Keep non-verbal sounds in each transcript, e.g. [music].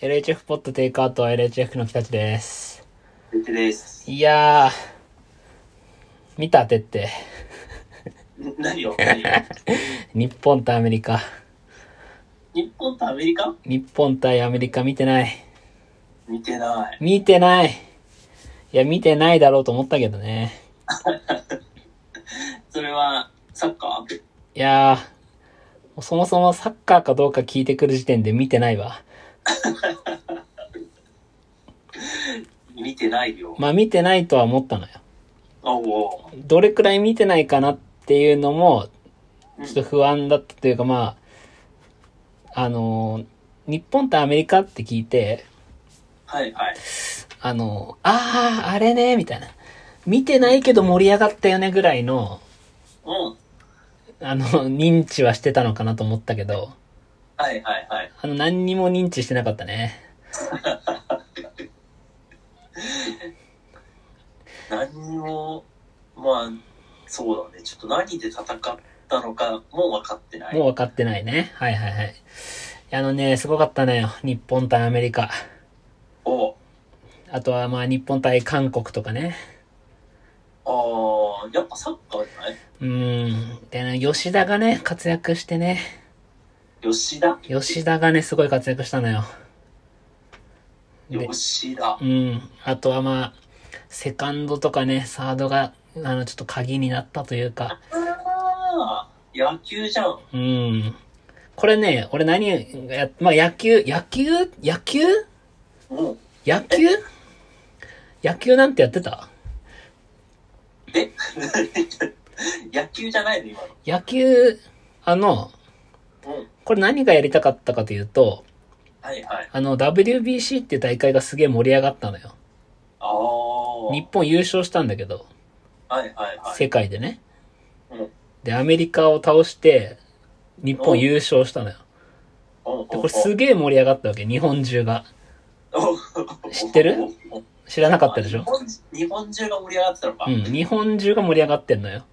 LHF ポッドテイクアウト LHF の北地です。うちです。いやー、見たてって、[laughs] 何を何を日本対アメリカ、日本とアメリカ日本対アメリカ見てない。見てない。見てない。いや、見てないだろうと思ったけどね。それは、サッカーいやー、そもそもサッカーかどうか聞いてくる時点で見てないわ。見てないよ。まあ見てないとは思ったのよ。あおうどれくらい見てないかなっていうのも、うんちょっと不安だったというか、まあ、あのー、日本とアメリカって聞いて、はいはい。あのー、あー、あれね、みたいな。見てないけど盛り上がったよねぐらいの、うん。あの、認知はしてたのかなと思ったけど、はいはいはい。あの、何にも認知してなかったね。何も、まあ、そうだね。ちょっと何で戦ったのかも分かってない。もう分かってないね。はいはいはい。いやあのね、すごかったのよ。日本対アメリカ。おあとはまあ日本対韓国とかね。ああ、やっぱサッカーじゃないうーん。でね、吉田がね、活躍してね。吉田吉田がね、すごい活躍したのよ。で、吉田う。ん。あとはまあ、セカンドとかね、サードが、あの、ちょっと鍵になったというか。ああ、野球じゃん。うん。これね、俺何や、まあ野球、野球野球もう、野球野球なんてやってたえ [laughs] 野球じゃないの今野球、あの、の。うん。これ何がやりたかったかというと、はいはい。あの、WBC っていう大会がすげえ盛り上がったのよ。ああ。日本優勝したんだけど、はいはいはい。世界でね。うんで、アメリカを倒して、日本優勝したのよ。おうでおうこれ [laughs] すげえ盛り上がったわけ、日本中が。おう知ってる知らなかったでし日ょ本日本中が盛り上がってたのか。うん、日本中が盛り上がってんのよ。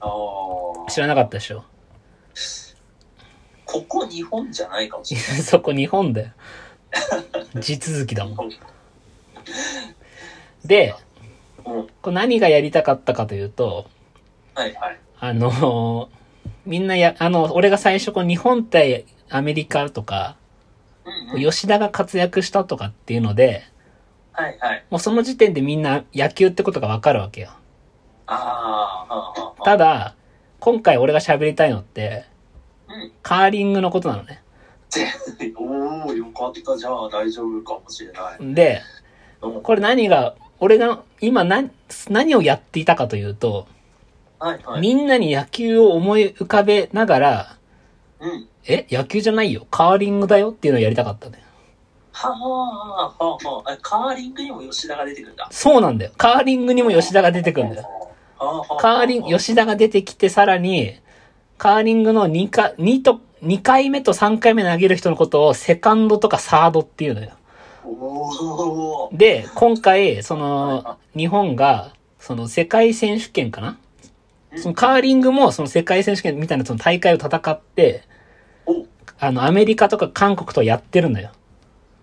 あー知らなかったでしょここ日本じゃないかもしれな [laughs] い。そこ日本だよ。地続きだもん。で、うん。これ何がやりたかったかというと、はいはい。あのーみんなや、あの、俺が最初こう日本対アメリカとか、うんうん、吉田が活躍したとかっていうので、はいはい。もうその時点でみんな野球ってことがわかるわけよ。あーあー。あーただ、今回俺が喋りたいのって、うん。 [laughs] カーリングのことなのね。でおおよかった。じゃあ大丈夫かもしれない。で、うんこれ何が、俺が今何、何をやっていたかというと、はいはい。みんなに野球を思い浮かべながら、うん。え、野球じゃないよ、カーリングだよっていうのをやりたかったね。はあはあはあ。えカーリングにも吉田が出てくるんだ。そうなんだよ。カーリングにも吉田が出てくるんだよ。あーカーリング、。吉田が出てきて、さらに、カーリングの2か、2と、2回目と3回目投げる人のことをセカンドとかサードっていうのよ。おおー。で、今回、その、日本が、その世界選手権かなそのカーリングもその世界選手権みたいなその大会を戦って、おあの、アメリカとか韓国とやってるのよ。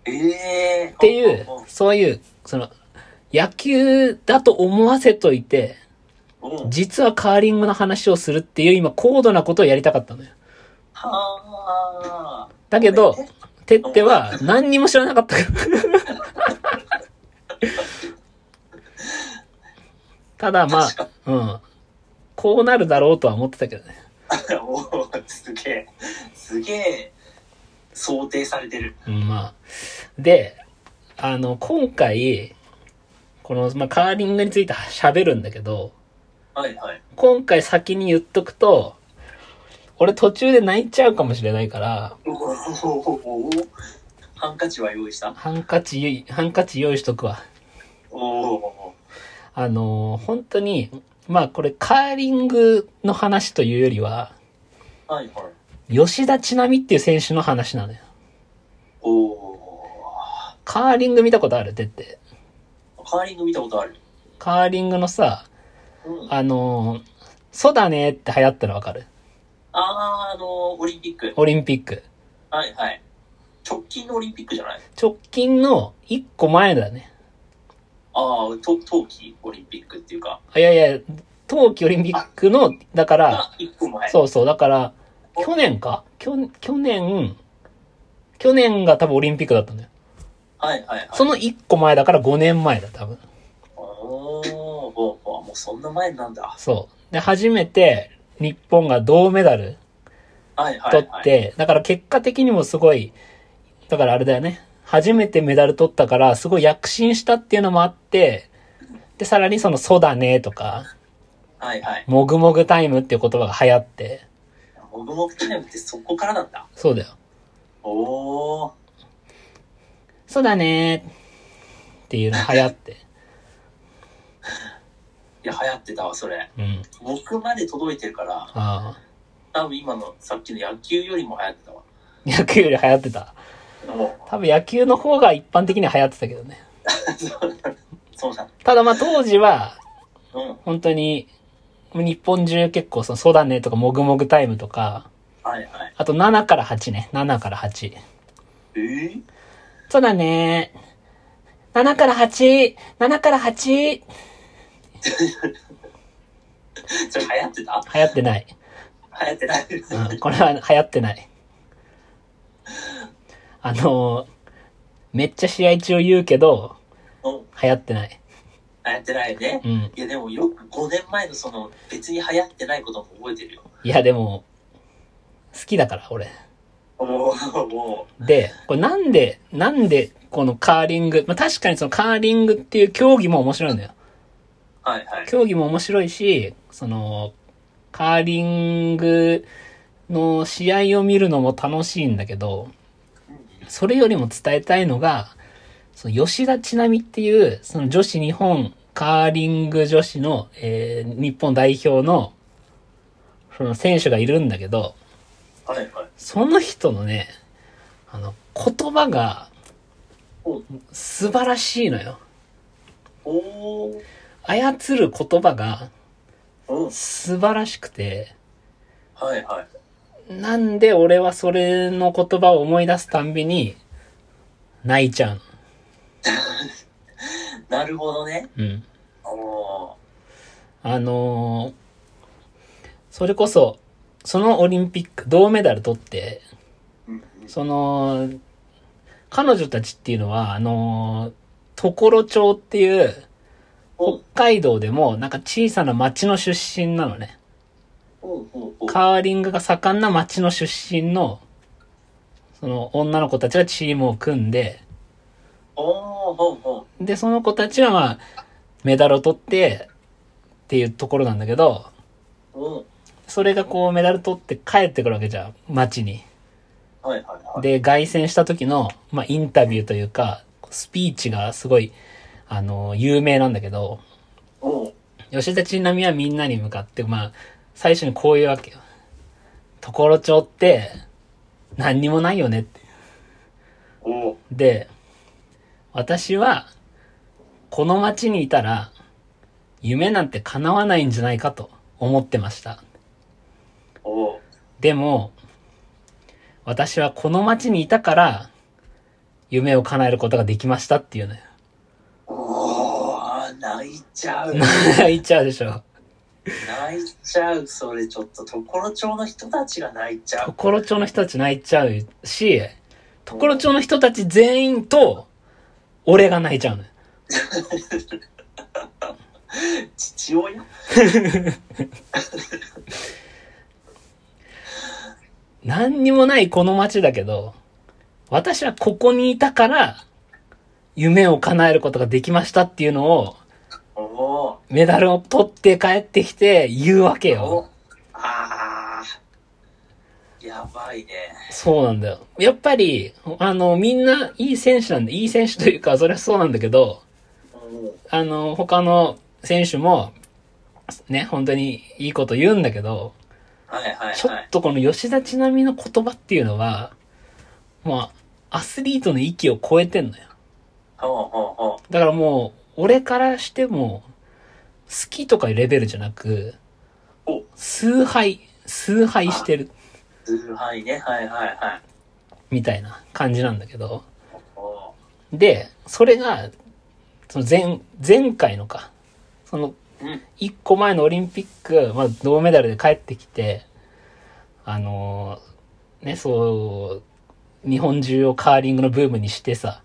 ええー。っていうお、そういう、その、野球だと思わせといて、おお実はカーリングの話をするっていう今高度なことをやりたかったのよ。はあ。だけど、てっては何にも知らなか [laughs] ったから。ただまあ、うん。こうなるだろうとは思ってたけどね。おーすげえ。すげえ。想定されてる。うん、まあ。で、あの、今回、この、まあ、カーリングについて喋るんだけど、はいはい。今回先に言っとくと、俺途中で泣いちゃうかもしれないから、おーハンカチは用意したハンカチ、ハンカチ用意しとくわ。おおあのー本当に、まあこれカーリングの話というよりは、はいはい。吉田知那美っていう選手の話なのよ。おおカーリング見たことあるてって。カーリング見たことある。カーリングのさ、うん、ああのーそうだねって流行ったのわかるあー、あのー、オリンピック。オリンピック。はいはい。直近のオリンピックじゃない直近の一個前だね。ああ、と冬季オリンピックっていうか、あ、いやいや、冬季オリンピックの、だから、あ、一個前。そうそう、だから、去年か去去年、去年が多分オリンピックだったんだよ。はいはいはい。その一個前だから5年前だ、多分。おー、ほうほうもうそんな前なんだ。そう。で、初めて日本が銅メダルはいはい、は取い。って、だから結果的にもすごい、だからあれだよね。初めてメダル取ったから、すごい躍進したっていうのもあって、で、さらにその、そうだねとか、はいはい。もぐもぐタイムっていう言葉が流行って、もぐもぐタイムってそこからなんだ。そうだよ。おー。そうだねっていうの流行って。いや、流行ってたわ、それ。うん。僕まで届いてるから、ああ。多分今のさっきの野球よりも流行ってたわ。野球より流行ってた。も多分野球の方が一般的には流行ってたけどね。う、そうだ。ただまあ当時は、うん。はい本当に、日本中結構その、そうだねとか、もぐもぐタイムとか、はい。あと7から8ね。7から8。えー、そうだね7から 8! 7から 8! 流それ流行ってた行ってない。流行ってない。うん、これは流行ってない。あのーめっちゃ試合中言うけど、うん流行ってない。流行ってないねう。ん。いや、でもよく5年前のその、別に流行ってないことも覚えてるよ。いや、でも、好きだから、俺。おー、もで、これなんで、なんで、このカーリング、まあ、確かにそのカーリングっていう競技も面白いんだよ。う。はいはい。競技も面白いし、その、カーリングの試合を見るのも楽しいんだけど、それよりも伝えたいのが、その吉田知那美っていう、その女子日本カーリング女子の、えー日本代表の、その選手がいるんだけど、はいはい。その人のね、あの、言葉がおう素晴らしいのよ。おー。操る言葉がうん。素晴らしくて、はいはい。なんで俺はそれの言葉を思い出すたんびに、泣いちゃうの。なるほどね。うん。おあのーそれこそ、そのオリンピック、銅メダル取って、ー。うんうん。その、彼女たちっていうのは、あのー、常呂町っていう、おう北海道でも、なんか小さな町の出身なのね。おうおうおう。カーリングが盛んな町の出身の、その女の子たちがチームを組んで、おー、ほうほで、その子たちはまあ、メダルを取って、っていうところなんだけど、う。うん。それがこうメダル取って帰ってくるわけじゃん、街に。はいはいはい。で、凱旋した時の、まあ、インタビューというか、スピーチがすごい、あの、有名なんだけど、おう。吉田ちなみはみんなに向かって、まあ、最初にこういうわけよ。ところ町って、何にもないよねって。おう。で、私は、この町にいたら、夢なんて叶わないんじゃないかと思ってました。おう。でも、私はこの町にいたから、夢を叶えることができましたっていう [laughs] のよ。おー、泣い [laughs] ちゃう。泣いちゃうでしょ。泣いちゃう。それちょっと、常呂町の人たちが泣いちゃとう。ころ町の人たち泣いちゃうし、ところ町の人たち全員と、俺が泣いちゃうのよ。父親何にもないこの町だけど、私はここにいたから、夢を叶えることができましたっていうのを、おー。メダルを取って帰ってきて言うわけよ。おあー。やばいね。そうなんだよ。やっぱり、あの、みんないい選手なんで、いい選手というか、それはそうなんだけど、うん。あの、他の選手も、ね、本当にいいこと言うんだけど、はいはいちょはいっ。とこの吉田ちなみの言葉っていうのは、まあ、アスリートの域を超えてんのよ。ほうほうほだからもう、俺からしても、好きとかいうレベルじゃなくお、崇拝、崇拝してる。う。崇拝ね。はいはいはい。みたいな感じなんだけど。あで、それが、その前、前回のか、そのあ。うん。一個前のオリンピック、まあ、銅メダルで帰ってきて、あのーね、そう、日本中をカーリングのブームにしてさ、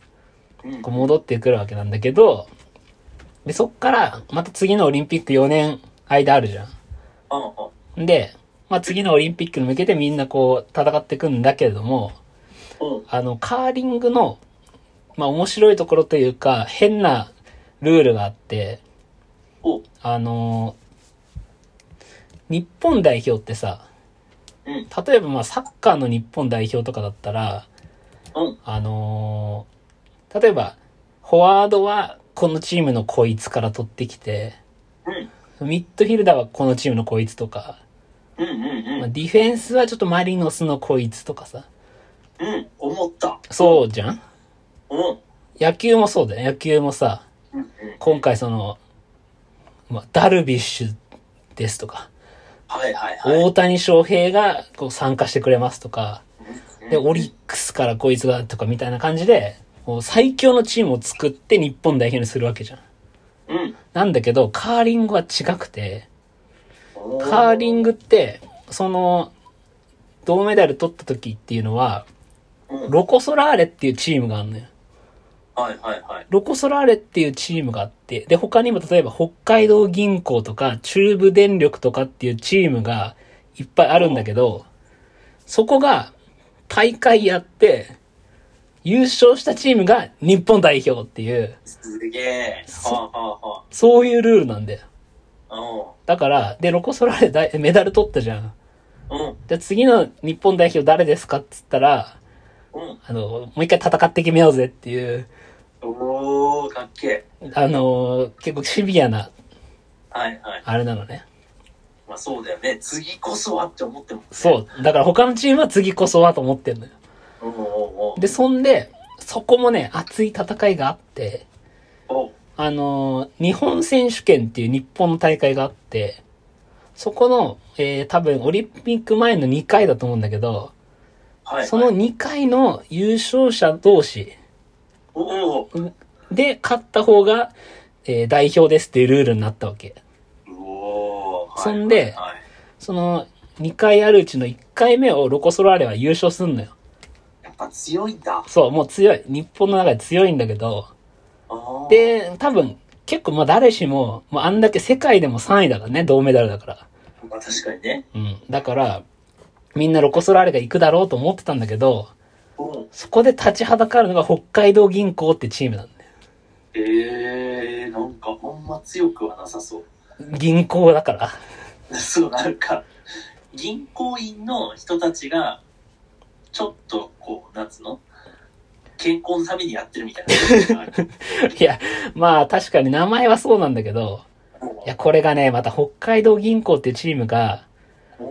うんこう戻ってくるわけなんだけど、で、そっから、また次のオリンピック4年間あるじゃああ。ん。で、まあ、次のオリンピックに向けてみんなこう、戦っていくんだけれども、うん。あの、カーリングの、まあ、面白いところというか、変なルールがあって、お。あの、日本代表ってさ、うん。例えばまあサッカーの日本代表とかだったら、うん。あのー例えば、フォワードはこのチームのこいつから取ってきて、うん。ミッドフィルダーはこのチームのこいつとか、うん。うん。まうあ、ん。ディフェンスはちょっとマリノスのこいつとかさ、うん。思った。そうじゃんうん。うん。野球もそうだよ。野球もさ、うん。今回その、まあ、ダルビッシュですとか、はいはいはい。大谷翔平がこう参加してくれますとか、うんで、オリックスからこいつがとかみたいな感じで、こう最強のチームを作って日本代表にするわけじゃん。うん。なんだけど、カーリングは違くて、おカーリング。グって、その、銅メダル取った時っていうのは、うんロコ・ソラーレっていうチームがあるのよ。はいはいはい。ロコ・ソラーレっていうチームがあって、で、他にも例えば北海道銀行とか中部電力とかっていうチームがいっぱいあるんだけど、そこが大会やって、優勝したチームが日本代表っていう、すげえ。そはあはそういうルールなんだよ。あはだから、で、ロコ・ソラーレだいメダル取ったじゃん。あ。うん。じゃあ次の日本代表誰ですかっつったら、うん。うん。あの、もう一回戦って決めようぜっていう、おー、かっけえ。あの、結構シビアな、はいはい。あれなのね。まあそうだよね。次こそはって思っても、ね。う。そう。だから他のチームは次こそはと思ってんのよ。おうおうおうで、そんで、そこもね、熱い戦いがあって、おうあのー日本選手権っていう日本の大会があって、そこの、えー、多分オリンピック前の2回だと思うんだけど、はい、はい。その2回の優勝者同士おうで勝った方が、えー代表ですっていうルールになったわけ。おうそんではいはいその2回あるうちの1回目をロコ・ソラーレは優勝すんのよ。やっぱ強いんだ。そう、もう強い。日本の中で強いんだけど、あー、で、多分、結構まあ誰しも、もうあんだけ世界でも3位だからね、銅メダルだから。まあ確かにね。うん。だから、みんなロコソラーレが行くだろうと思ってたんだけど、うん。そこで立ちはだかるのが北海道銀行ってチームなんだよ。えー、なんかほんま強くはなさそう。銀行だから。 [laughs] [laughs] そう、なんか、銀行員の人たちが、ちょっと、こう、なんつうの健康のため [laughs] にやってるみたいな。いや、まあ確かに名前はそうなんだけど、いや、これがね、また北海道銀行っていうチームが、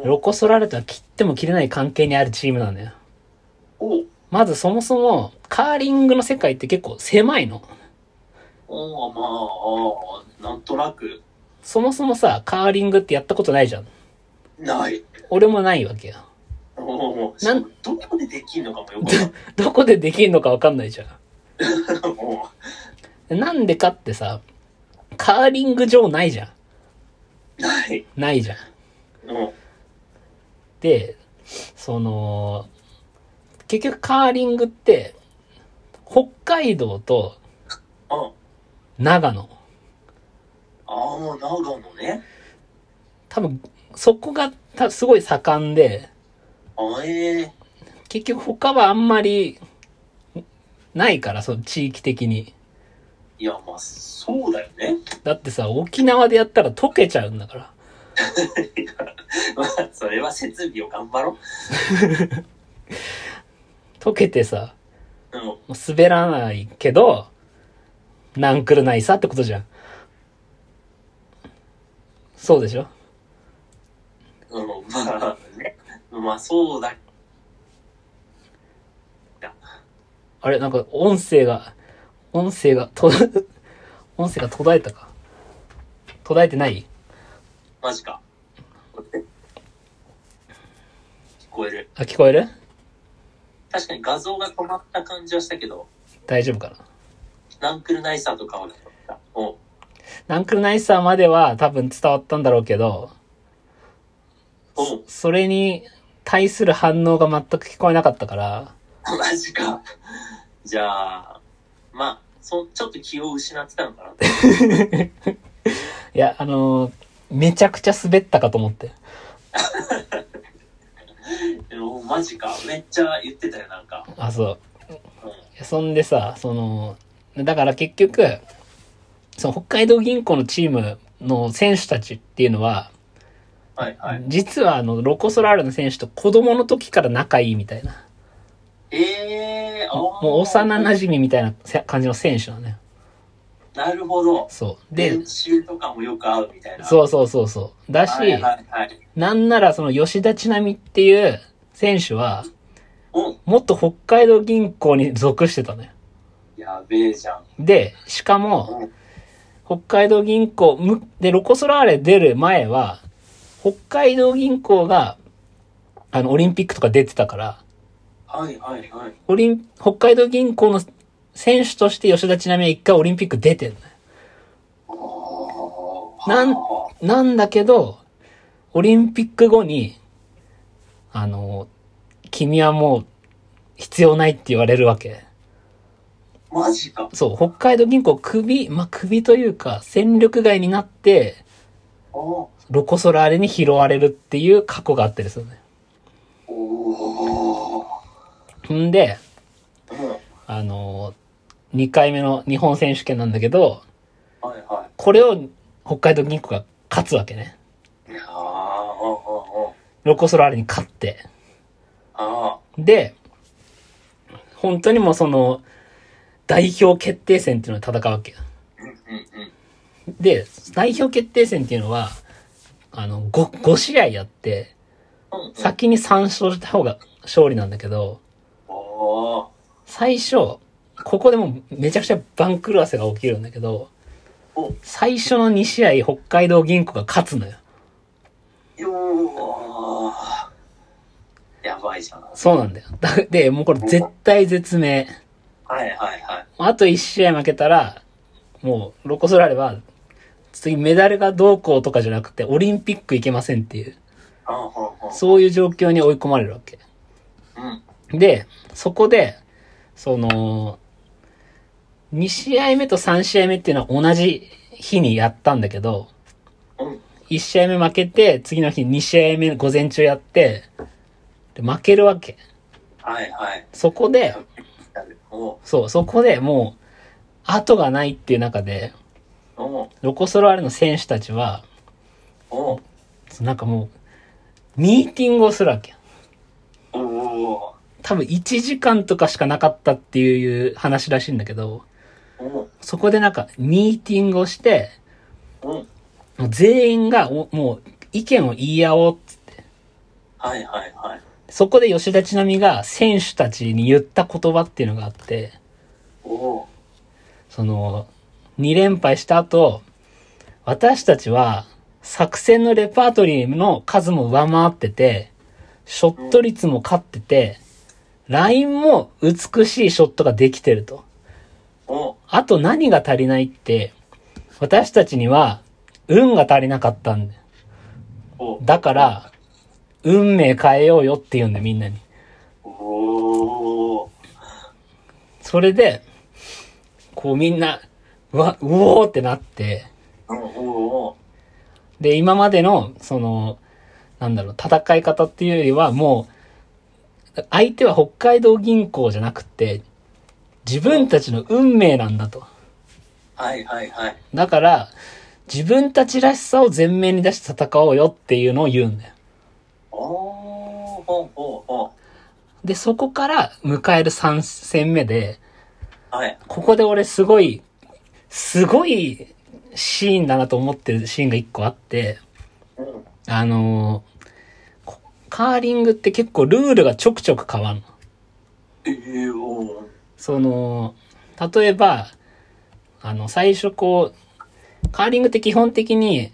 ロコソラーレとは切っても切れない関係にあるチームなんだよ。おまずそもそも、カーリングの世界って結構狭いの。おまあ、なんとなく、そもそもさ、カーリングってやったことないじゃん。ない。俺もないわけよ。おななんどこでできんのかもよくわどこでできるのかわかんないじゃからん。もん。なんでかってさ、カーリング場ないじゃん。うない。ないじゃん。もで、その、結局カーリングって、北海道とう、うん。長野。ああ、もう長野ね。多分、そこがたすごい盛んで、あええ結局他はあんまり、ないから、その地域的に。いや、まあ、そうだよね。 [laughs] だってさ、沖縄でやったら溶けちゃうんだから。まあ、それは設備を頑張ろ溶けてさ、う。うん。もう滑らないけど、なんくるないさってことじゃん。そうでしょうん、まあね。まあそうだ。あれ、なんか音声が、音声が、と、 [laughs] 音声が途絶えたか。途絶えてないマジか。聞こえる。あ、聞こえる確かに画像が止まった感じはしたけど、大丈夫かなナンクルナイサーとかはなかった。おうナンクルナイサーまでは多分伝わったんだろうけど、おうそれに対する反応が全く聞こえなかったから、マジか。じゃあ、まあ、そちょっと気を失ってたのかな。いや、あのーめちゃくちゃ滑ったかと思って。でもマジか。めっちゃ言ってたよ、なんか。あ、そう。うん。いやそんでさ、その、だから結局、その北海道銀行のチームの選手たちっていうのは、はいはい。実はあの、ロコ・ソラールの選手と子供の時から仲いいみたいな。ええー、あーもう幼馴染みみたいなせ感じの選手なのよ。なるほど。そう。で練、習とかもよく合うみたいな。うそうそうそうそう。だし、はいはいはい。なんならその吉田知那美っていう選手は、おもっと北海道銀行に属してたのよ。やべえじゃん。で、しかも、うん北海道銀行、むで、ロコ・ソラーレ出る前は、北海道銀行が、あの、オリンピックとか出てたから、はいはいはい。オリン、北海道銀行の選手として吉田知那美は一回オリンピック出てんのよ。なんはなんだけど、オリンピック後に、あの、君はもう必要ないって言われるわけ。あマジか。そう、北海道銀行首、まあ、首というか戦力外になって、おロコソラーレに拾われるっていう過去があってですよね。おー。んで、うん。はいあの、2回目の日本選手権なんだけど、はこれを北海道銀行が勝つわけね。い。いやー、おロコソラーレに勝って。ああで、本当にもうその、代表決定戦っていうのを戦うわけよ。うんうん。で、代表決定戦っていうのは、あの、5、5試合やって、うんうん。先に3勝した方が勝利なんだけど、おー。最初、ここでもうめちゃくちゃ番狂わせが起きるんだけどお、最初の2試合北海道銀行が勝つのよ。よー。やばいじゃん。はそうなんだよ。だで、もうこれ絶対絶命。いはいはい。あと1試合負けたら、もうロコソラーレは、次メダルがどうこうとかじゃなくて、オリンピック行けませんっていう、うんうそういう状況に追い込まれるわけ。んうん。うん。で、そこで、その、2試合目と3試合目っていうのは同じ日にやったんだけど、うん1試合目負けて、次の日2試合目午前中やって、で負けるわけ。はいはい。そこで、やるおーそう、そこでもう、後がないっていう中で、おーロコソラーレの選手たちは、おーなんかもう、ミーティングをするわけ。おー多分1時間とかしかなかったっていう話らしいんだけど、おーそこでなんか、ミーティングをして、うん。もう全員がおもう意見を言い合おうっつって。はいはいはい。そこで吉田知那美が選手たちに言った言葉っていうのがあって、おーその、2連敗した後、私たちは作戦のレパートリーの数も上回ってて、ショット率も勝ってて、ラインも美しいショットができてると。おーあと何が足りないって、私たちには運が足りなかったんだよ。おーだから、運命変えようよって言うんだよ、みんなに。おーそれで、こうみんな、うわ、うおーってなって、うんおーで、今までの、その、なんだろう、戦い方っていうよりは、もう、相手は北海道銀行じゃなくて、自分たちの運命なんだと。はいはいはい。だから、自分たちらしさを前面に出して戦おうよっていうのを言うんだよ。おーほうほうほで、そこから迎える3戦目で、う。はい。ここで俺すごい、すごいシーンだなと思ってるシーンが一個あって、うん。あのーこカーリングって結構ルールがちょくちょく変わるの。ええおーその、例えば、あの、最初こう、カーリングって基本的に、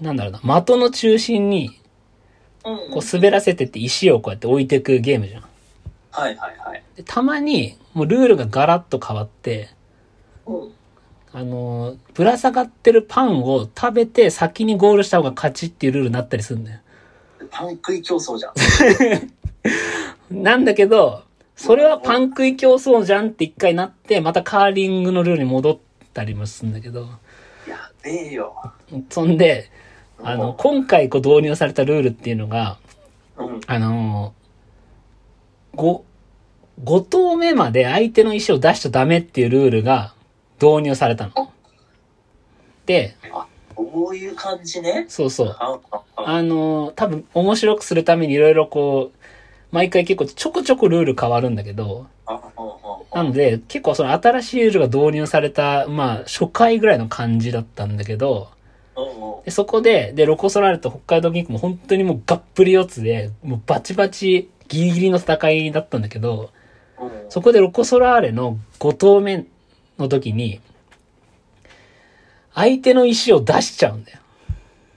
なんだろうな、的の中心に、うんこう滑らせてって石をこうやって置いていくゲームじゃん。はいはいはい。でたまに、もうルールがガラッと変わって、うん。あのー、ぶら下がってるパンを食べて先にゴールした方が勝ちっていうルールになったりするんだよ。パン食い競争じゃん。なんだけど、それはパン食い競争じゃんって一回なって、またカーリングのルールに戻ったりもするんだけど、やべえよ。そんで、あの、今回こう導入されたルールっていうのが、うん。あのー、5、5投目まで相手の石を出しちゃダメっていうルールが導入されたの。で、あ、こういう感じね。そうそう。あ、あ、あ、あのー、多分面白くするためにいろいろこう、毎回結構ちょこちょこルール変わるんだけど、あ、あ、なので結構その新しいルールが導入された、まあ初回ぐらいの感じだったんだけど、うんでそこで、で、ロコソラールと北海道銀行も本当にもうがっぷり四つで、もうバチバチギリギリの戦いだったんだけど、うん。そこでロコ・ソラーレの5投目の時に、相手の石を出しちゃうんだよ。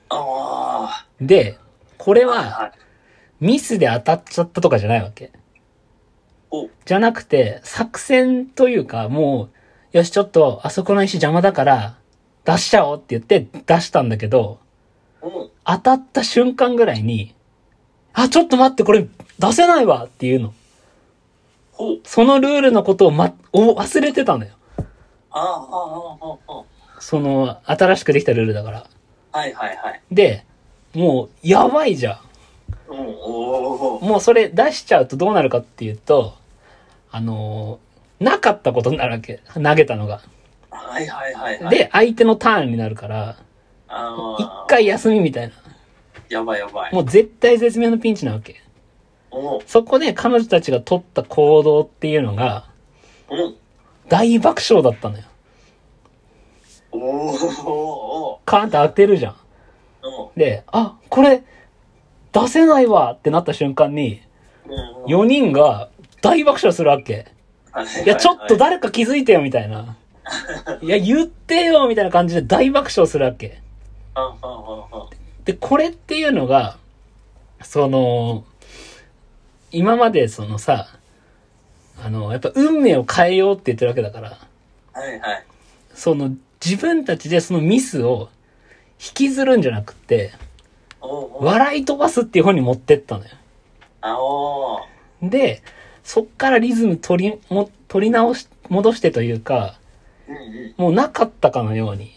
あで、これあ。は、ミスで当たっちゃったとかじゃないわけ。お、じゃなくて、作戦というか、もう、よし、ちょっと、あそこの石邪魔だから、出しちゃおうって言って出したんだけど、うん。当たった瞬間ぐらいに、あ、ちょっと待って、これ、出せないわっていうの。ほう。そのルールのことをま、お忘れてたのよ。あ、あ、あ、あ、あ。その、新しくできたルールだから。はいはいはい。で、もう、やばいじゃうん、おん。ー。もうそれ出しちゃうとどうなるかっていうと、あのーなかったことになるわけ。投げたのが。はいはいはいはい。、で、相手のターンになるから、あ一あ。回休みみたいな。やばいやばい。もう絶対絶命のピンチなわけ。おそこで彼女たちが取った行動っていうのが、うん。大爆笑だったのよ。おおカーンって当てるじゃん。おで、あ、これ、出せないわってなった瞬間に、うん。 4人が大爆笑するわけ。いや、ちょっとだ。誰か気づいてよ、みたいな。いや、言ってよ、みたいな感じで大爆笑するわけ。あ、あ、あ、で、これっていうのが、その、今までそのさ、あの、やっぱ運命を変えようって言ってるわけだから、あ。はいはい。その、自分たちでそのミスを引きずるんじゃなくて、おお。笑い飛ばすっていう方に持ってったのよ。あおー。で、そっからリズム取り、も、取り直し、戻してというか、うんうん。もうなかったかのように、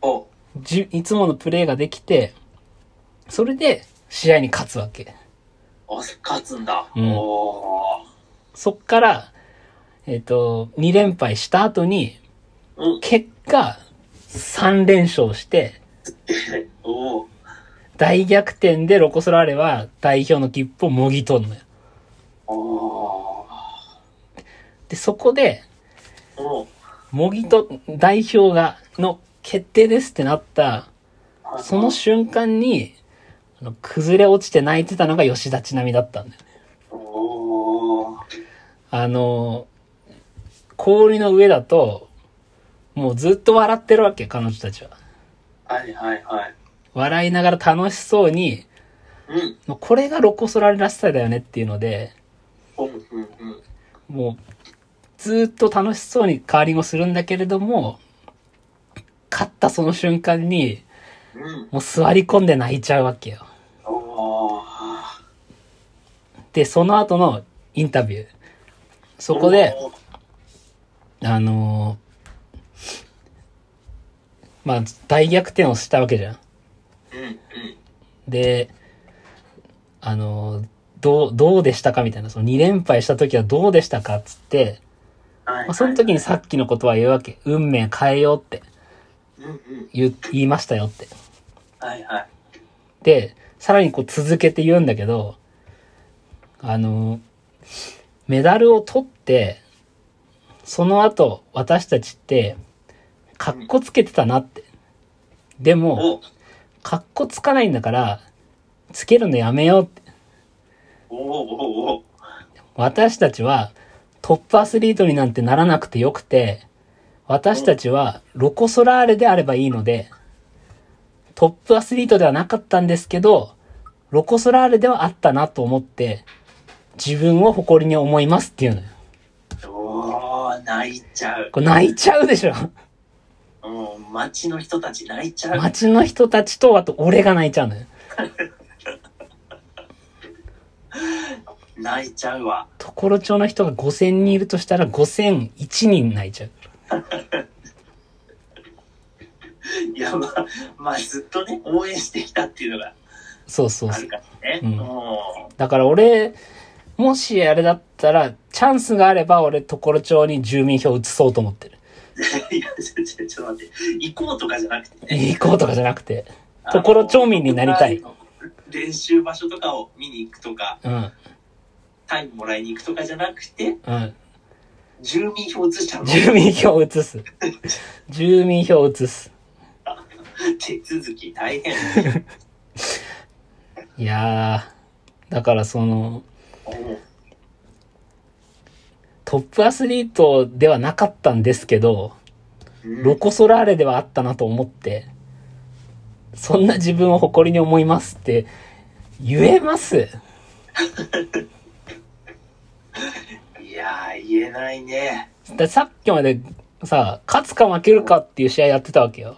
おじいつものプレーができて、それで試合に勝つわけ。お、勝つんだ。うんおー。そっから、えっ、と、2連敗した後に、うん。 [laughs] 結果、3連勝して、おお。大逆転でロコ・ソラーレは代表の切符をもぎ取るのよ。おー。で、そこで、おー。もぎと、代表が、の決定ですってなった、その瞬間に、あの崩れ落ちて泣いてたのが吉田知那美だったんだよね。おー。あの、氷の上だと、もうずっと笑ってるわけ、彼女たちは。はいはいはい。笑いながら楽しそうに、うん。もうこれがロコソラらしさだよねっていうので、うんうんうん。もう、ずっと楽しそうにカーリングをするんだけれども、勝ったその瞬間に、うん。もう座り込んで泣いちゃうわけよ。おー。で、その後のインタビュー。そこで、あのーまあ、大逆転をしたわけじゃん。うんうん。で、あのーどう、どうでしたかみたいな、その2連敗した時はどうでしたかっつって、はいはいまあ、その時にさっきのことは言うわけ。運命変えようってうんうん。言う、言いましたよって。はいはい。で、さらにこう続けて言うんだけど、あの、メダルを取って、その後私たちって、かっこつけてたなって。でも、おかっこつかないんだから、つけるのやめようって。おおお私たちはトップアスリートになんてならなくてよくて、私たちはロコソラーレであればいいので、トップアスリートではなかったんですけど、ロコソラーレではあったなと思って、自分を誇りに思いますっていうのよ。おー、泣いちゃう。これ泣いちゃうでしょ。もう、街の人たち泣いちゃう。街の人たちと、あと俺が泣いちゃうのよ。泣いちゃうわ。ところ町の人が5000人いるとしたら5001人泣いちゃう。いや、まあ、まあ、ずっとね、応援してきたっていうのがそうそうあそうる。からね。うんもだから俺、もしあれだったら、チャンスがあれば俺、ところ町に住民票移そうと思ってる。う、いや、ちょ、ちょ、ちょっと待って、行こうとかじゃなくてね。行こうとかじゃなくて。ところ町民になりたい。練習場所とかを見に行くとか、うん、タイムもらいに行くとかじゃなくて、うん。住民票移したの。住民票を移す。住民票を移す。手続き大変。 [laughs] いやー、だからその、もトップアスリートではなかったんですけど、ううんロコ・ソラーレではあったなと思って、そんな自分を誇りに思いますって言えますいやー、言えないね。ださっきまでさ、勝つか負けるかっていう試合やってたわけよ。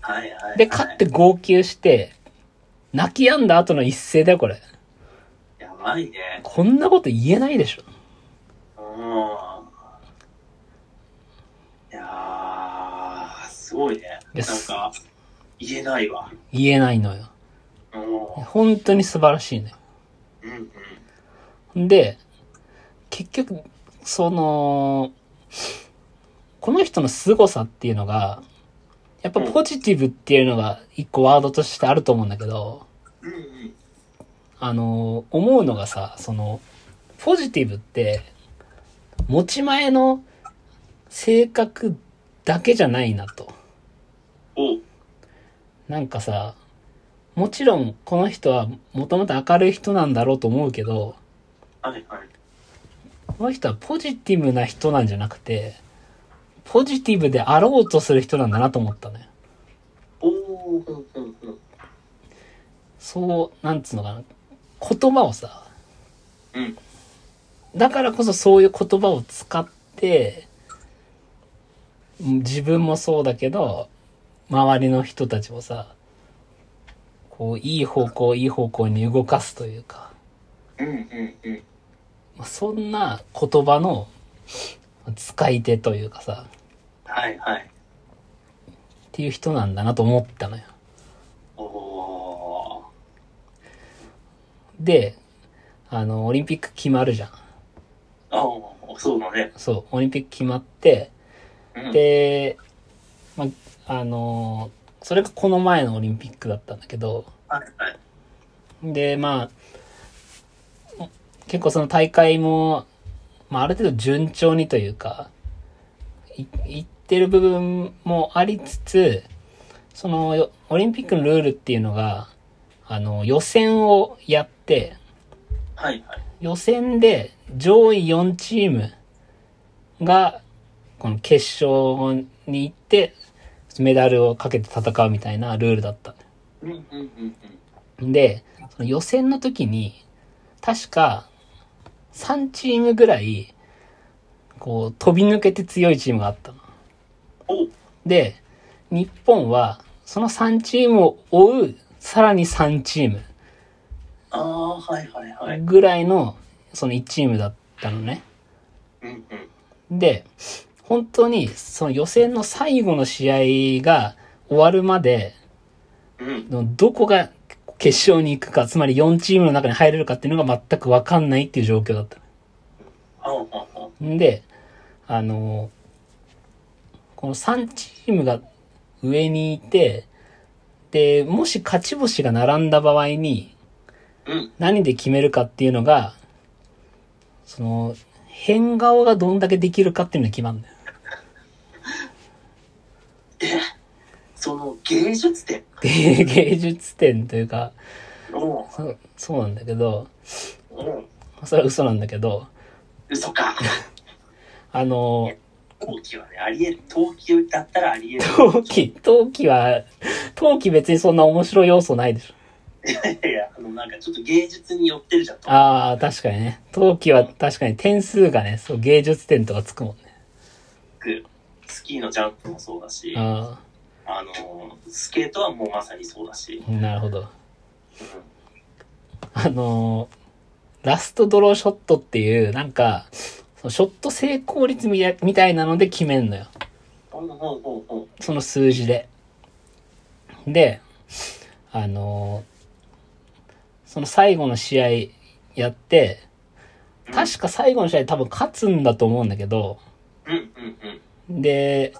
はいはい、はい。で、勝って号泣して、泣き止んだ後の一斉だよ、これ。やばいね。こんなこと言えないでしょ。うん。いやー、すごいね。でなんすか、言えないわ。言えないのよ。うん。本当に素晴らしいのよ。うんうん。で、結局、その、この人の凄さっていうのが、やっぱポジティブっていうのが一個ワードとしてあると思うんだけど、うんうん。あの、思うのがさ、その、ポジティブって、持ち前の性格だけじゃないなと。おなんかさ、もちろんこの人はもともと明るい人なんだろうと思うけど、はいはい。この人はポジティブな人なんじゃなくて、ポジティブであろうとする人なんだなと思ったのよ。おー、うんうんうん。そう、なんつうのかな。言葉をさ、うん。だからこそそういう言葉を使って、うん自分もそうだけど、周りの人たちをさ、こう、いい方向、いい方向に動かすというか、うんうんうん。まあそんな言葉の使い手というかさ、はいはい。っていう人なんだなと思ったのよ。おー。で、あの、オリンピック決まるじゃん。あー、そうだね。そう、オリンピック決まって、うん、で、ま、あの、それがこの前のオリンピックだったんだけど、はいはい。で、まあ、結構その大会も、まあ、ある程度順調にというか、い、いってる部分もありつつ、その、よオリンピックのルールっていうのが、あの、予選をやって、はいはい。予選で上位4チームが、この決勝に行って、メダルをかけて戦うみたいなルールだった。うんうんうんうん。で、その予選の時に、確か、3チームぐらい、こう、飛び抜けて強いチームがあったの。おで、日本は、その3チームを追う、さらに3チーあー、はいはいはい。ムぐらいの、その1チームだったのね。うんうん。で、本当に、その予選の最後の試合が終わるまで、うん。のどこが決勝に行くか、つまり4チームの中に入れるかっていうのが全くわかんないっていう状況だった。あー、あー、あー。んで、あの、この3チームが上にいて、で、もし勝ち星が並んだ場合にうん。何で決めるかっていうのが、その、変顔がどんだけできるかっていうのが決まるんだよ。 [laughs] その芸術点。で芸術点というか、おそうそうなんだけど、おそれは嘘なんだけど、嘘か。あの、陶器はね、[laughs] ありえる。陶器だったらありえる。陶器、陶器は、陶器別にそんな面白い要素ないでしょ。いやいや、あの、なんかちょっと芸術に寄ってるじゃんと。ああ、確かにね。冬季は確かに点数がね、そう、芸術点とかつくもんね。スキーのジャンプもそうだし、ああの、スケートはもうまさにそうだし、あ、なるほど。あのーラストドローショットっていう、なんか、そのショット成功率みやみたいなので決めんのよ。うん。うんうんうんうん。その数字で。で、あのーその最後の試合やって、確か最後の試合多分勝つんだと思うんだけど、うんうんうん。で、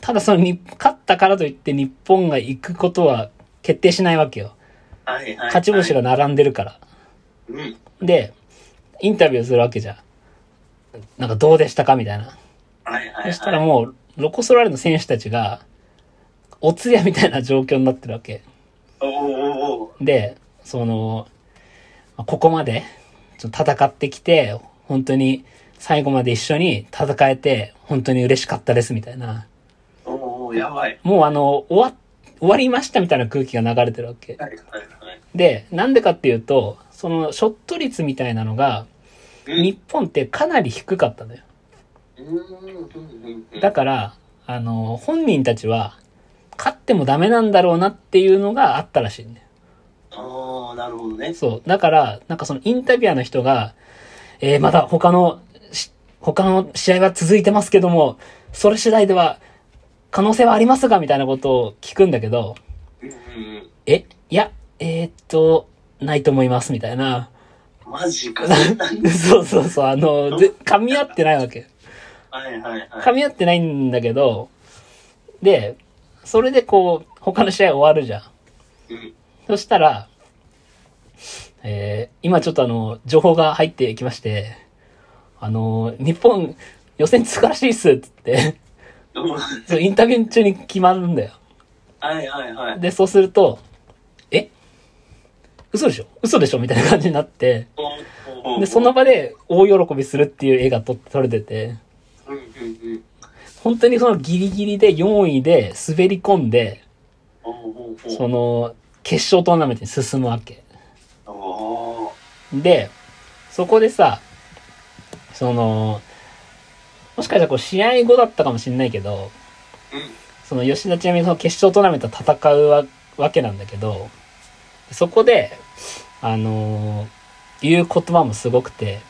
ただその日、勝ったからといって日本が行くことは決定しないわけよ。はいはい、はい。勝ち星が並んでるから。うん。で、インタビューするわけじゃん。なんかどうでしたかみたいな。はいはい、はそい。したらもう、ロコ・ソラーレの選手たちが、お通夜みたいな状況になってるわけ。おおおおで、その、まあここまでちょっと戦ってきて、本当に最後まで一緒に戦えて、本当に嬉しかったですみたいな。おおおやばい。もうあの、終わ、終わりましたみたいな空気が流れてるわけ。はいはいで、なんでかっていうと、そのショット率みたいなのが、はい。日本ってかなり低かったのよ。うんうんうんうん。だから、あの、本人たちは、勝ってもダメなんだろうなっていうのがあったらしいね。ああ、なるほどね。そう。だから、なんかそのインタビュアーの人が、えー、まだ他のし、他の試合は続いてますけども、それ次第では、可能性はありますが、みたいなことを聞くんだけど、うんうんえ、いや、えー、っと、ないと思います、みたいな。 [laughs] うん。マジか。そうそうそう、あの、ぜ噛み合ってないわけ。はいはいは噛い。み合ってないんだけど、で、それでこう、他の試合終わるじゃん。うんそしたら、えー今ちょっとあの、情報が入ってきまして、あの、日本、予選通過らしいっすっつって、うんそうインタビュー中に決まるんだよ。はいはいはい。で、そうすると、え嘘でしょ嘘でしょみたいな感じになって、おで、その、場で大喜びするっていう絵が撮撮れてて、うんうんうん。本当にそのギリギリで4位で滑り込んで、おおおその、決勝トーナメントに進むわけ。おおで、そこでさ、その、もしかしたらこう試合後だったかもしれないけど、うその吉田ちなみにその決勝トーナメント戦うわわけなんだけど、そこで、あのー言う言葉もすごくて、ん。お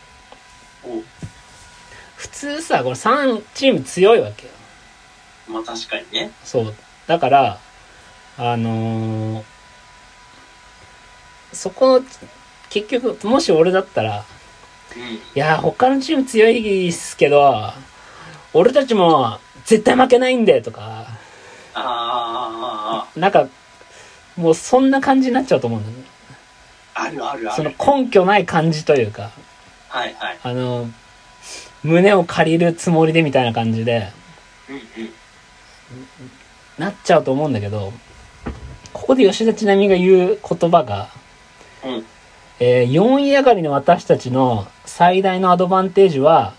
普通さ、これ3チーム強いわけよ。まあ確かにね。そう。だから、あのーそこの、結局、もし俺だったら、うん。いやー、他のチーム強いっすけど、俺たちも絶対負けないんで、とか、あなんか、もうそんな感じになっちゃうと思うんだよね。あ、 [laughs] あるあるあそのる。根拠ない感じというか、はいはい。あの、胸を借りるつもりでみたいな感じで、うんうん。なっちゃうと思うんだけど、ここで吉田知那美が言う言葉が、うんえ4位上がりの私たちの最大のアドバンテージは、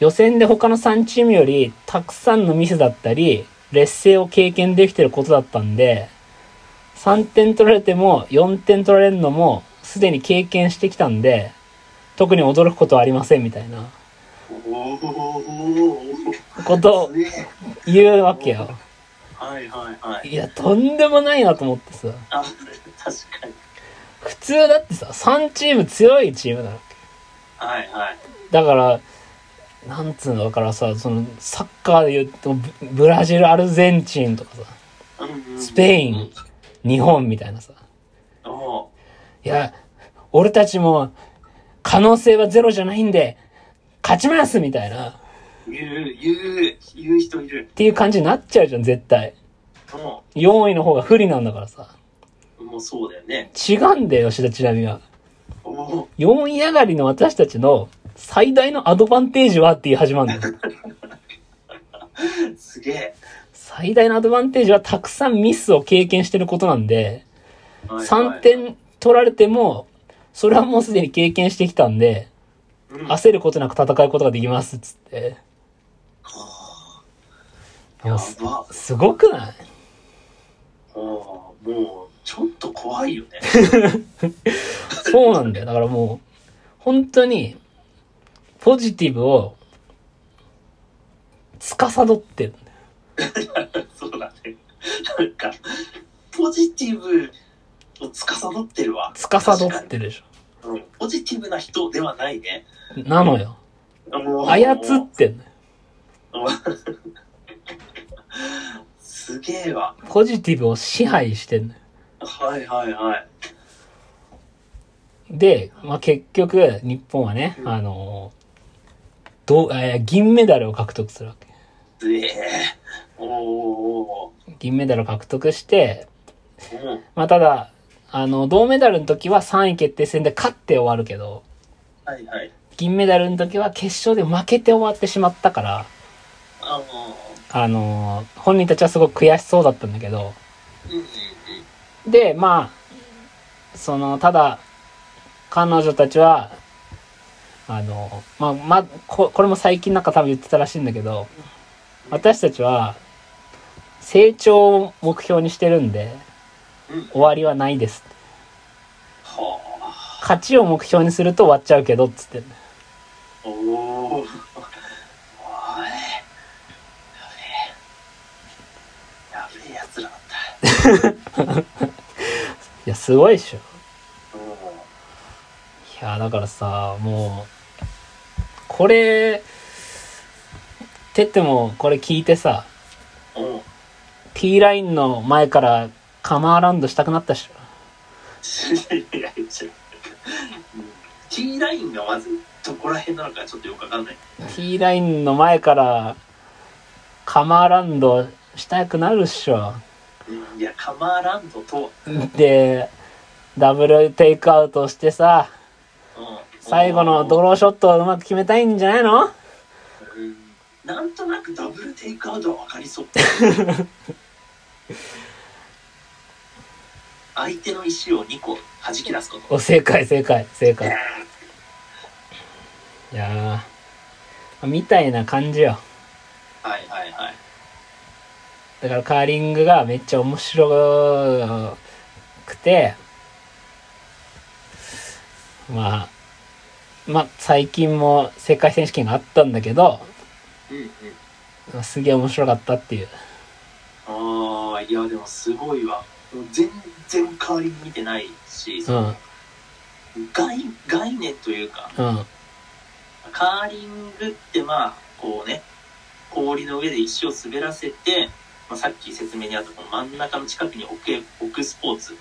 予選で他の3チームよりたくさんのミスだったり、劣勢を経験できてることだったんで、3点取られても4点取られるのもすでに経験してきたんで、特に驚くことはありませんみたいなおことおを言うわけよ。はいはいはい。いや、とんでもないなと思ってさ。あ、確かに。普通だってさ、3チーム強いチームなの。はいはい。だから、なんつうの、だからさ、その、サッカーで言うと、ブブラジル、アルゼンチンとかさ、うんうんスペイン。、日本みたいなさ。おういや、俺たちも、可能性はゼロじゃないんで、勝ちますみたいな、っ言う、言う、言う人いる。ていう感じになっちゃうじゃん、絶対。も4位の方が不利なんだからさ。う、もうそうだよね。違うんだよ、吉田知那美は。おお4位上がりの私たちの最大のアドバンテージはっていう始まるのよ。すげえ。最大のアドバンテージはたくさんミスを経験してることなんで、はいはい3。点取られても、それはもうすでに経験してきたんで、うん焦ることなく戦うことができますっつって。いややすば。すごくないああ、もう、ちょっと怖いよね。 [laughs] そうなんだよ。だからもう、本当に、ポジティブを、司ってる。そうだね。なんか、ポジティブを司ってるわ。司ってるでしうんポジティブな人ではないね。ょ。なのよ。もう操ってんのよ。 [laughs] すげえわ。ポジティブを支配してんのよ。はいはいはい。で、まあ、結局、日本はね、うんあのどう、えー銀メダルを獲得するわけ。すげえ。おーお銀メダルを獲得して、ーおーうんまあ、ただ、あの、銅メダルの時は3位決定戦で勝って終わるけど、はいはい。銀メダルの時は決勝で負けて終わってしまったから、あのあのー本人たちはすごく悔しそうだったんだけど、ー、うんうんで、まあ、その、ただ、彼女たちは、あの、まあ、まあ、ここれも最近なんか多分言ってたらしいんだけど、私たちは、成長を目標にしてるんで、うん。うん。終わりはないです。は勝ちを目標にすると終わっちゃうけど、つって。あ。おー。おい。やべえ。やべえ奴らだった。いや、すごいでしょ。ういや、だからさ、もう、これ、てっても、これ聞いてさ、ん。うん。 T ラインの前からカマーランドしたくなったっしいやいやちょっとうん T ラインがまずどこら辺なのかちょっとよくわかんない。ょ。T ラインの前からカマーランドしたくなるっしょ。うんいや、カマーランドと、で、ダブルテイクアウトしてさ、うん最後のドローショットをうまく決めたいんじゃないのうんなんとなくダブルテイクアウトはわか [laughs] りそう。相手の石を2個弾き出すこと。お、正解、正解、正解。いやー、みたいな感じよ。はいはいはい。だからカーリングがめっちゃ面白くて、まあ、まあ最近も世界選手権があったんだけど、うんうん。すげえ面白かったっていう。ああ、いやでもすごいわ。もう全然代わりに見てないし、うん、うん。概概念というか、カーリングってまあこうね氷の上で石を滑らせて、まあ、さっき説明にあったこの真ん中の近くに置け置くスポーツ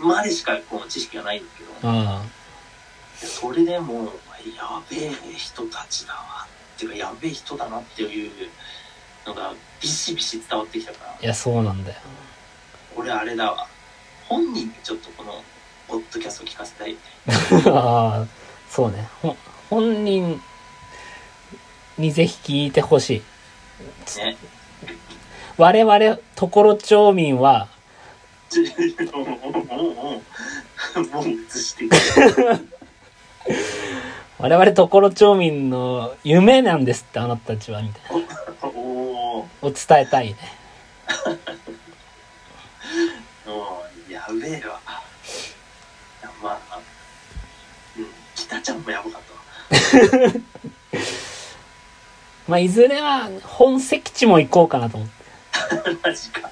うん、までしかこの知識がないんだけどうん。それでもやべえ人たちだわっていうかやべえ人だなっていうのがビシビシ伝わってきたからいや、そうなんだよ。 [laughs] 俺あれだわ本人にちょっとこのポッドキャストを聞かせたいああ、そうね。ほ本人にぜひ聞いてほしい。ね我々、ところ町民は、もうもうもうもう映していく我々ところ町民の夢なんですって、あなたたちは、みたいな。おおーを伝えたいね。もうやべえわいやまあうん北ちゃんもやばかったわまあ、いずれは本籍地も行こうかなと思って。マジか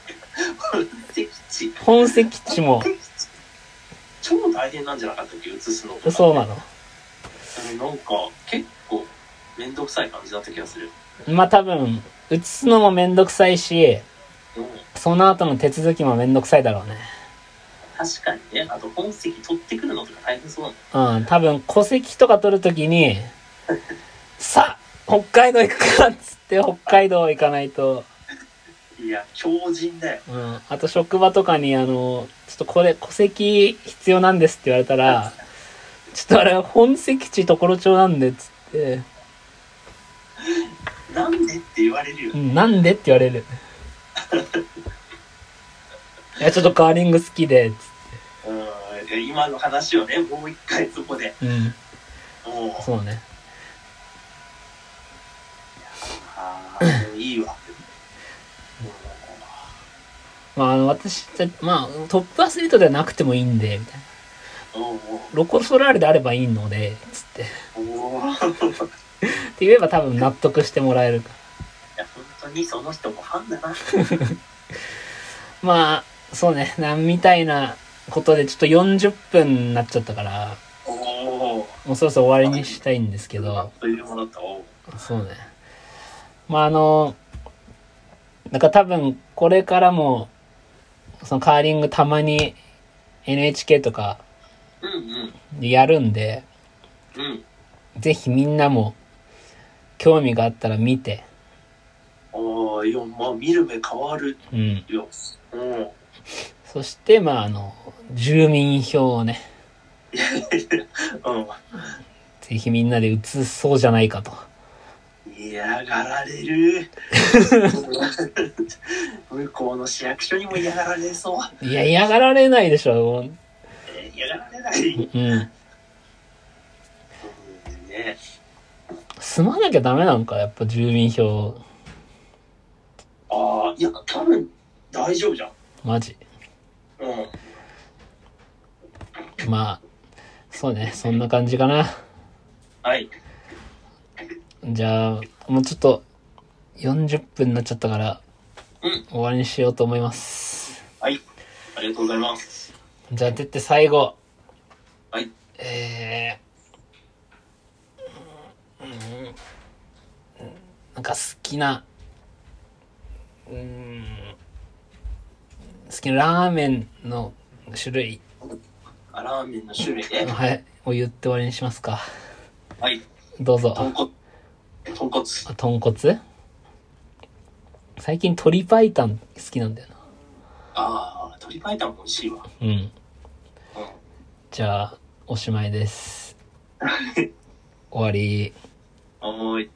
本籍地本籍地も、本籍地超大変なんじゃなかったっけ移すのとかそうなの。なんか結構めんどくさい感じだった気がするまあ、多分、移すのもめんどくさいし、うんその後の手続きもめんどくさいだろうね。確かにねあと本籍取ってくるのとか大変そうなんだうん、多分戸籍とか取るときに、さあ北海道行くかっつって北海道行かないと、いや強靭だようん、あと職場とかにあの、ちょっとこれ戸籍必要なんですって言われたら、ちょっとあれ本籍地ところ町なんでっつって、なんでって言われるようねん、なんでって言われ [laughs] る。いや、ちょっとカーリング好きで、つっうんで今の話をねもう一回そこでて。うん、もうそうね。ああいいわまあ、あの、私、まあ、トップアスリートではなくてもいいんで、みたいな。おうロコ・ソラーレであればいいので、つって。っおうおうて言えば多分納得してもらえるか。いや本当にその人もファンだな。まあ、そうね、な、みたいなことで、ちょっと40分になっちゃったから、おお。もうそろそろ終わりにしたいんですけど、というものだった。おうそうね。まあ、あの、なんか多分、これからも、そのカーリングたまに NHK とかうんうんでやるんで、うん。ぜひみんなも、興味があったら見て、おお、いや、まあ、見る目変わるうん。よ。うん。そして、まあ、あの、住民票をね、うぜひみんなで移そうじゃないかと。ん。嫌がら [laughs] れる。向こうの市役所にも嫌がられそう。いや、嫌がられないでしょ。えー嫌がられない。うんうん。ね。住まなきゃダメなんか、やっぱ住民票、ああ、いや、多分大丈夫じゃん。マジ。うん。まあ、そうね、そんな感じかな。はい。じゃあ、もうちょっと、40分になっちゃったから、うん終わりにしようと思います。はい。ありがとうございます。じゃあ、てって最後、はい。えー、うんうんなんか好きな、うん、好きなラーメンの種類、あラーメンの種類ね。はい、を言って終わりにしますか。はい。どう豚ぞ。骨。豚骨。あ豚骨最近鶏白湯好きなんだよな。ああ、鶏白湯も美味しいわ。うん。うん。じゃあ、おしまいです。終わり。おーい。